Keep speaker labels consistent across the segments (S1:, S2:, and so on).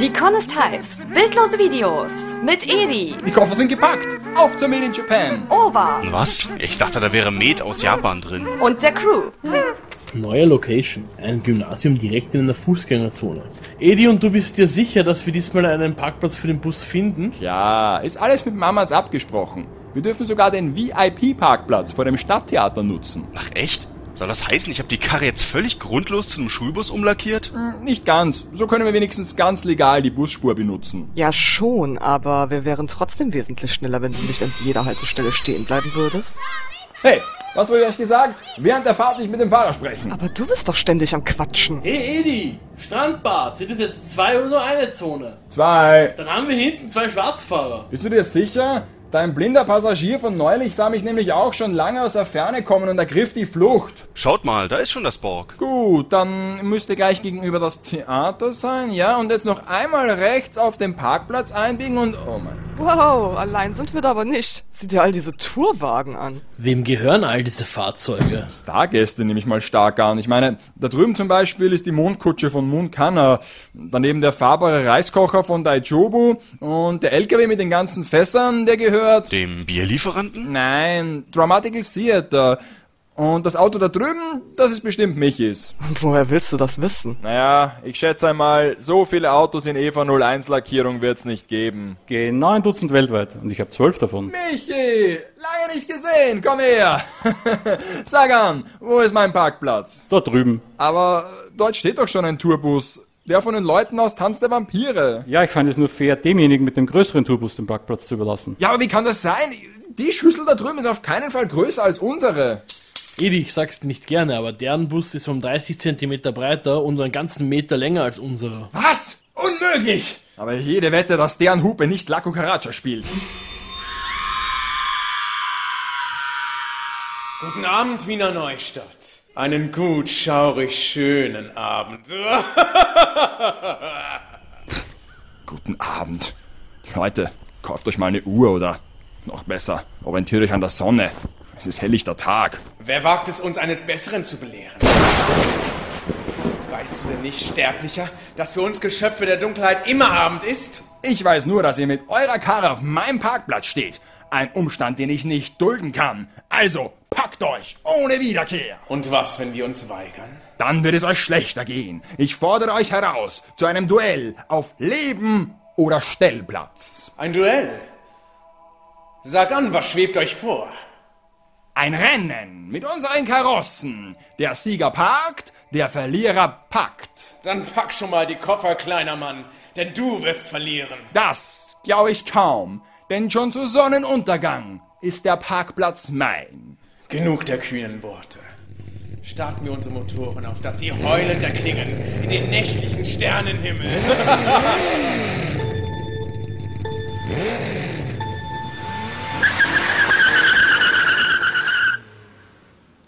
S1: Die Con ist heiß. Bildlose Videos mit Edi,
S2: Die Koffer sind gepackt. Auf zur Made in Japan.
S1: Ova
S3: Was? Ich dachte, da wäre Met aus Japan drin.
S1: und der Crew.
S4: Neue Location. Ein Gymnasium direkt in einer Fußgängerzone. Edi, und du bist dir sicher, dass wir diesmal einen Parkplatz für den Bus finden?
S2: Ja, ist alles mit Mamas abgesprochen. Wir dürfen sogar den VIP-Parkplatz vor dem Stadttheater nutzen.
S3: Ach echt? Soll das heißen, ich habe die Karre jetzt völlig grundlos zu einem Schulbus umlackiert?
S2: Hm, Nicht ganz. So können wir wenigstens ganz legal die Busspur benutzen.
S5: Ja schon, aber wir wären trotzdem wesentlich schneller, wenn du nicht an jeder Haltestelle stehen bleiben würdest.
S2: Hey, was wurde euch gesagt? Während der Fahrt nicht mit dem Fahrer sprechen.
S5: Aber du bist doch ständig am Quatschen.
S4: Hey Edi, Strandbad, sind es jetzt zwei oder nur eine Zone?
S2: Zwei.
S4: Dann haben wir hinten zwei Schwarzfahrer.
S2: Bist du dir sicher? Dein blinder Passagier von neulich sah mich nämlich auch schon lange aus der Ferne kommen und ergriff die Flucht.
S3: Schaut mal, da ist schon das Borg.
S2: Gut, dann müsste gleich gegenüber das Theater sein, ja? Und jetzt noch einmal rechts auf den Parkplatz einbiegen und... Oh mein...
S5: Wow, allein sind wir da aber nicht. Sieh dir all diese Tourwagen an.
S4: Wem gehören all diese Fahrzeuge?
S2: Stargäste nehme ich mal stark an. Ich meine, da drüben zum Beispiel ist die Mondkutsche von Moonkanna, daneben der fahrbare Reiskocher von Daijobu und der LKW mit den ganzen Fässern, der gehört...
S3: Dem Bierlieferanten?
S2: Nein, Dramatical Theater. Und das Auto da drüben, das ist bestimmt Michis.
S5: Woher willst du das wissen?
S2: Naja, ich schätze einmal, so viele Autos in Eva 01 Lackierung wird's nicht geben.
S6: Genau ein Dutzend weltweit und ich habe zwölf davon.
S2: Michi, lange nicht gesehen, komm her. Sag an, wo ist mein Parkplatz?
S6: Dort drüben.
S2: Aber dort steht doch schon ein Tourbus. Der von den Leuten aus Tanz der Vampire.
S6: Ja, ich fand es nur fair, demjenigen mit dem größeren Tourbus den Parkplatz zu überlassen.
S2: Ja, aber wie kann das sein? Die Schüssel da drüben ist auf keinen Fall größer als unsere.
S4: Edi, ich sag's dir nicht gerne, aber deren Bus ist um 30 cm breiter und einen ganzen Meter länger als unserer.
S2: Was? Unmöglich! Aber jede Wette, dass deren Hupe nicht La Cucaracha spielt.
S7: Guten Abend, Wiener Neustadt. Einen gut schaurig schönen Abend.
S2: Guten Abend. Leute, kauft euch mal eine Uhr oder noch besser, orientiert euch an der Sonne. Es ist helllichter Tag.
S7: Wer wagt es, uns eines Besseren zu belehren? Weißt du denn nicht, Sterblicher, dass für uns Geschöpfe der Dunkelheit immer Abend ist?
S2: Ich weiß nur, dass ihr mit eurer Karre auf meinem Parkplatz steht. Ein Umstand, den ich nicht dulden kann. Also, packt euch, ohne Wiederkehr.
S7: Und was, wenn wir uns weigern?
S2: Dann wird es euch schlechter gehen. Ich fordere euch heraus zu einem Duell auf Leben oder Stellplatz.
S7: Ein Duell? Sag an, was schwebt euch vor?
S2: Ein Rennen mit unseren Karossen. Der Sieger parkt, der Verlierer packt.
S7: Dann pack schon mal die Koffer, kleiner Mann, denn du wirst verlieren.
S2: Das glaube ich kaum, denn schon zu Sonnenuntergang ist der Parkplatz mein.
S7: Genug der kühnen Worte. Starten wir unsere Motoren, auf dass sie heulend erklingen in den nächtlichen Sternenhimmel.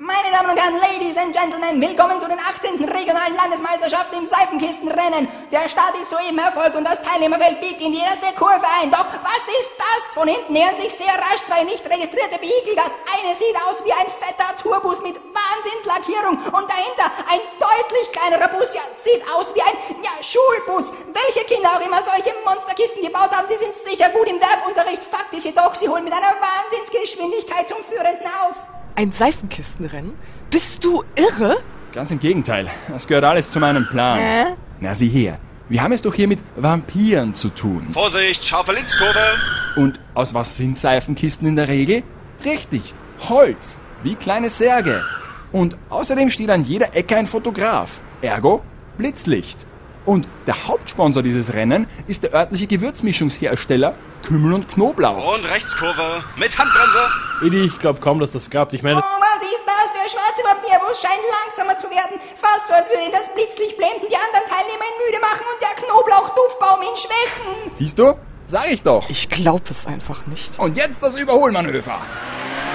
S8: Meine Damen und Herren, Ladies and Gentlemen, willkommen zu den 18. regionalen Landesmeisterschaften im Seifenkistenrennen. Der Start ist soeben erfolgt und das Teilnehmerfeld biegt in die erste Kurve ein. Doch was ist das? Von hinten nähern sich sehr rasch zwei nicht registrierte Vehikel. Das eine sieht aus wie ein fetter Tourbus mit Wahnsinnslackierung und dahinter ein deutlich kleinerer Bus. Ja, sieht aus wie ein ja, Schulbus. Welche Kinder auch immer solche Monsterkisten gebaut haben, sie sind sicher gut im Werkunterricht. Fakt ist jedoch, sie holen mit einer Wahnsinnsgeschwindigkeit zum Führenden auf.
S5: Ein Seifenkistenrennen? Bist du irre?
S2: Ganz im Gegenteil, das gehört alles zu meinem Plan.
S5: Hä?
S2: Na sieh her, wir haben es doch hier mit Vampiren zu tun.
S3: Vorsicht, scharfe Linkskurve!
S2: Und aus was sind Seifenkisten in der Regel? Richtig, Holz, wie kleine Särge. Und außerdem steht an jeder Ecke ein Fotograf, ergo Blitzlicht. Und der Hauptsponsor dieses Rennen ist der örtliche Gewürzmischungshersteller Kümmel und Knoblauch.
S3: Und Rechtskurve mit Handbremse!
S4: Edi, ich glaube kaum, dass das klappt. Ich meine,
S8: Oh, was ist das? Der schwarze Papierbus scheint langsamer zu werden. Fast so, als würde ihn das Blitzlicht blenden, die anderen Teilnehmer ihn müde machen und der Knoblauchduftbaum ihn schwächen.
S2: Siehst du? Sag ich doch.
S5: Ich glaub es einfach nicht.
S2: Und jetzt das Überholmanöver.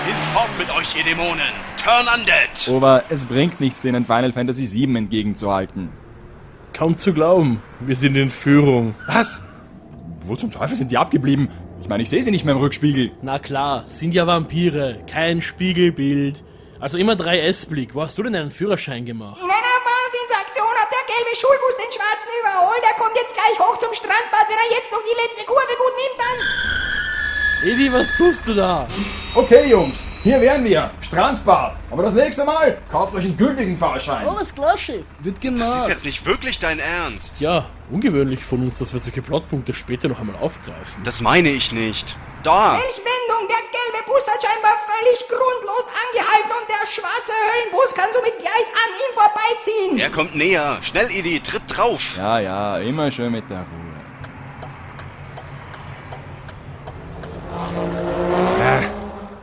S3: Hinfort mit euch, ihr Dämonen! Turn undead!
S2: Aber es bringt nichts, denen Final Fantasy VII entgegenzuhalten.
S4: kaum zu glauben. Wir sind in Führung.
S2: Was? Wo zum Teufel sind die abgeblieben? Ich meine, ich sehe sie nicht mehr im Rückspiegel.
S4: Na klar, sind ja Vampire, kein Spiegelbild. Also immer 3S-Blick. Wo hast du denn einen Führerschein gemacht?
S8: In einer Wahnsinnsaktion hat der gelbe der Schulbus den Schwarzen überholt. Der kommt jetzt gleich hoch zum Strandbad. Wenn er jetzt noch die letzte Kurve gut nimmt, dann...
S4: Edi, was tust du da?
S2: Okay, Jungs, hier wären wir. Strandbad. Aber das nächste Mal kauft euch einen gültigen Fahrschein.
S9: Alles klar, Chef.
S4: Wird
S3: Das ist
S4: gemacht.
S3: jetzt nicht wirklich dein Ernst.
S4: Ja, ungewöhnlich von uns, dass wir solche Plotpunkte später noch einmal aufgreifen.
S3: Das meine ich nicht. Da.
S8: Welchwendung! Der gelbe Bus hat scheinbar völlig grundlos angehalten und der schwarze Höllenbus kann somit gleich an ihm vorbeiziehen.
S3: Er kommt näher. Schnell, Edi, tritt drauf.
S2: Ja, ja, immer schön mit der Ruhe. Ah,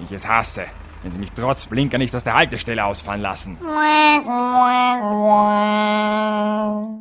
S2: Ich es hasse, wenn sie mich trotz Blinker nicht aus der Haltestelle ausfahren lassen.
S9: Quack, quack, quack.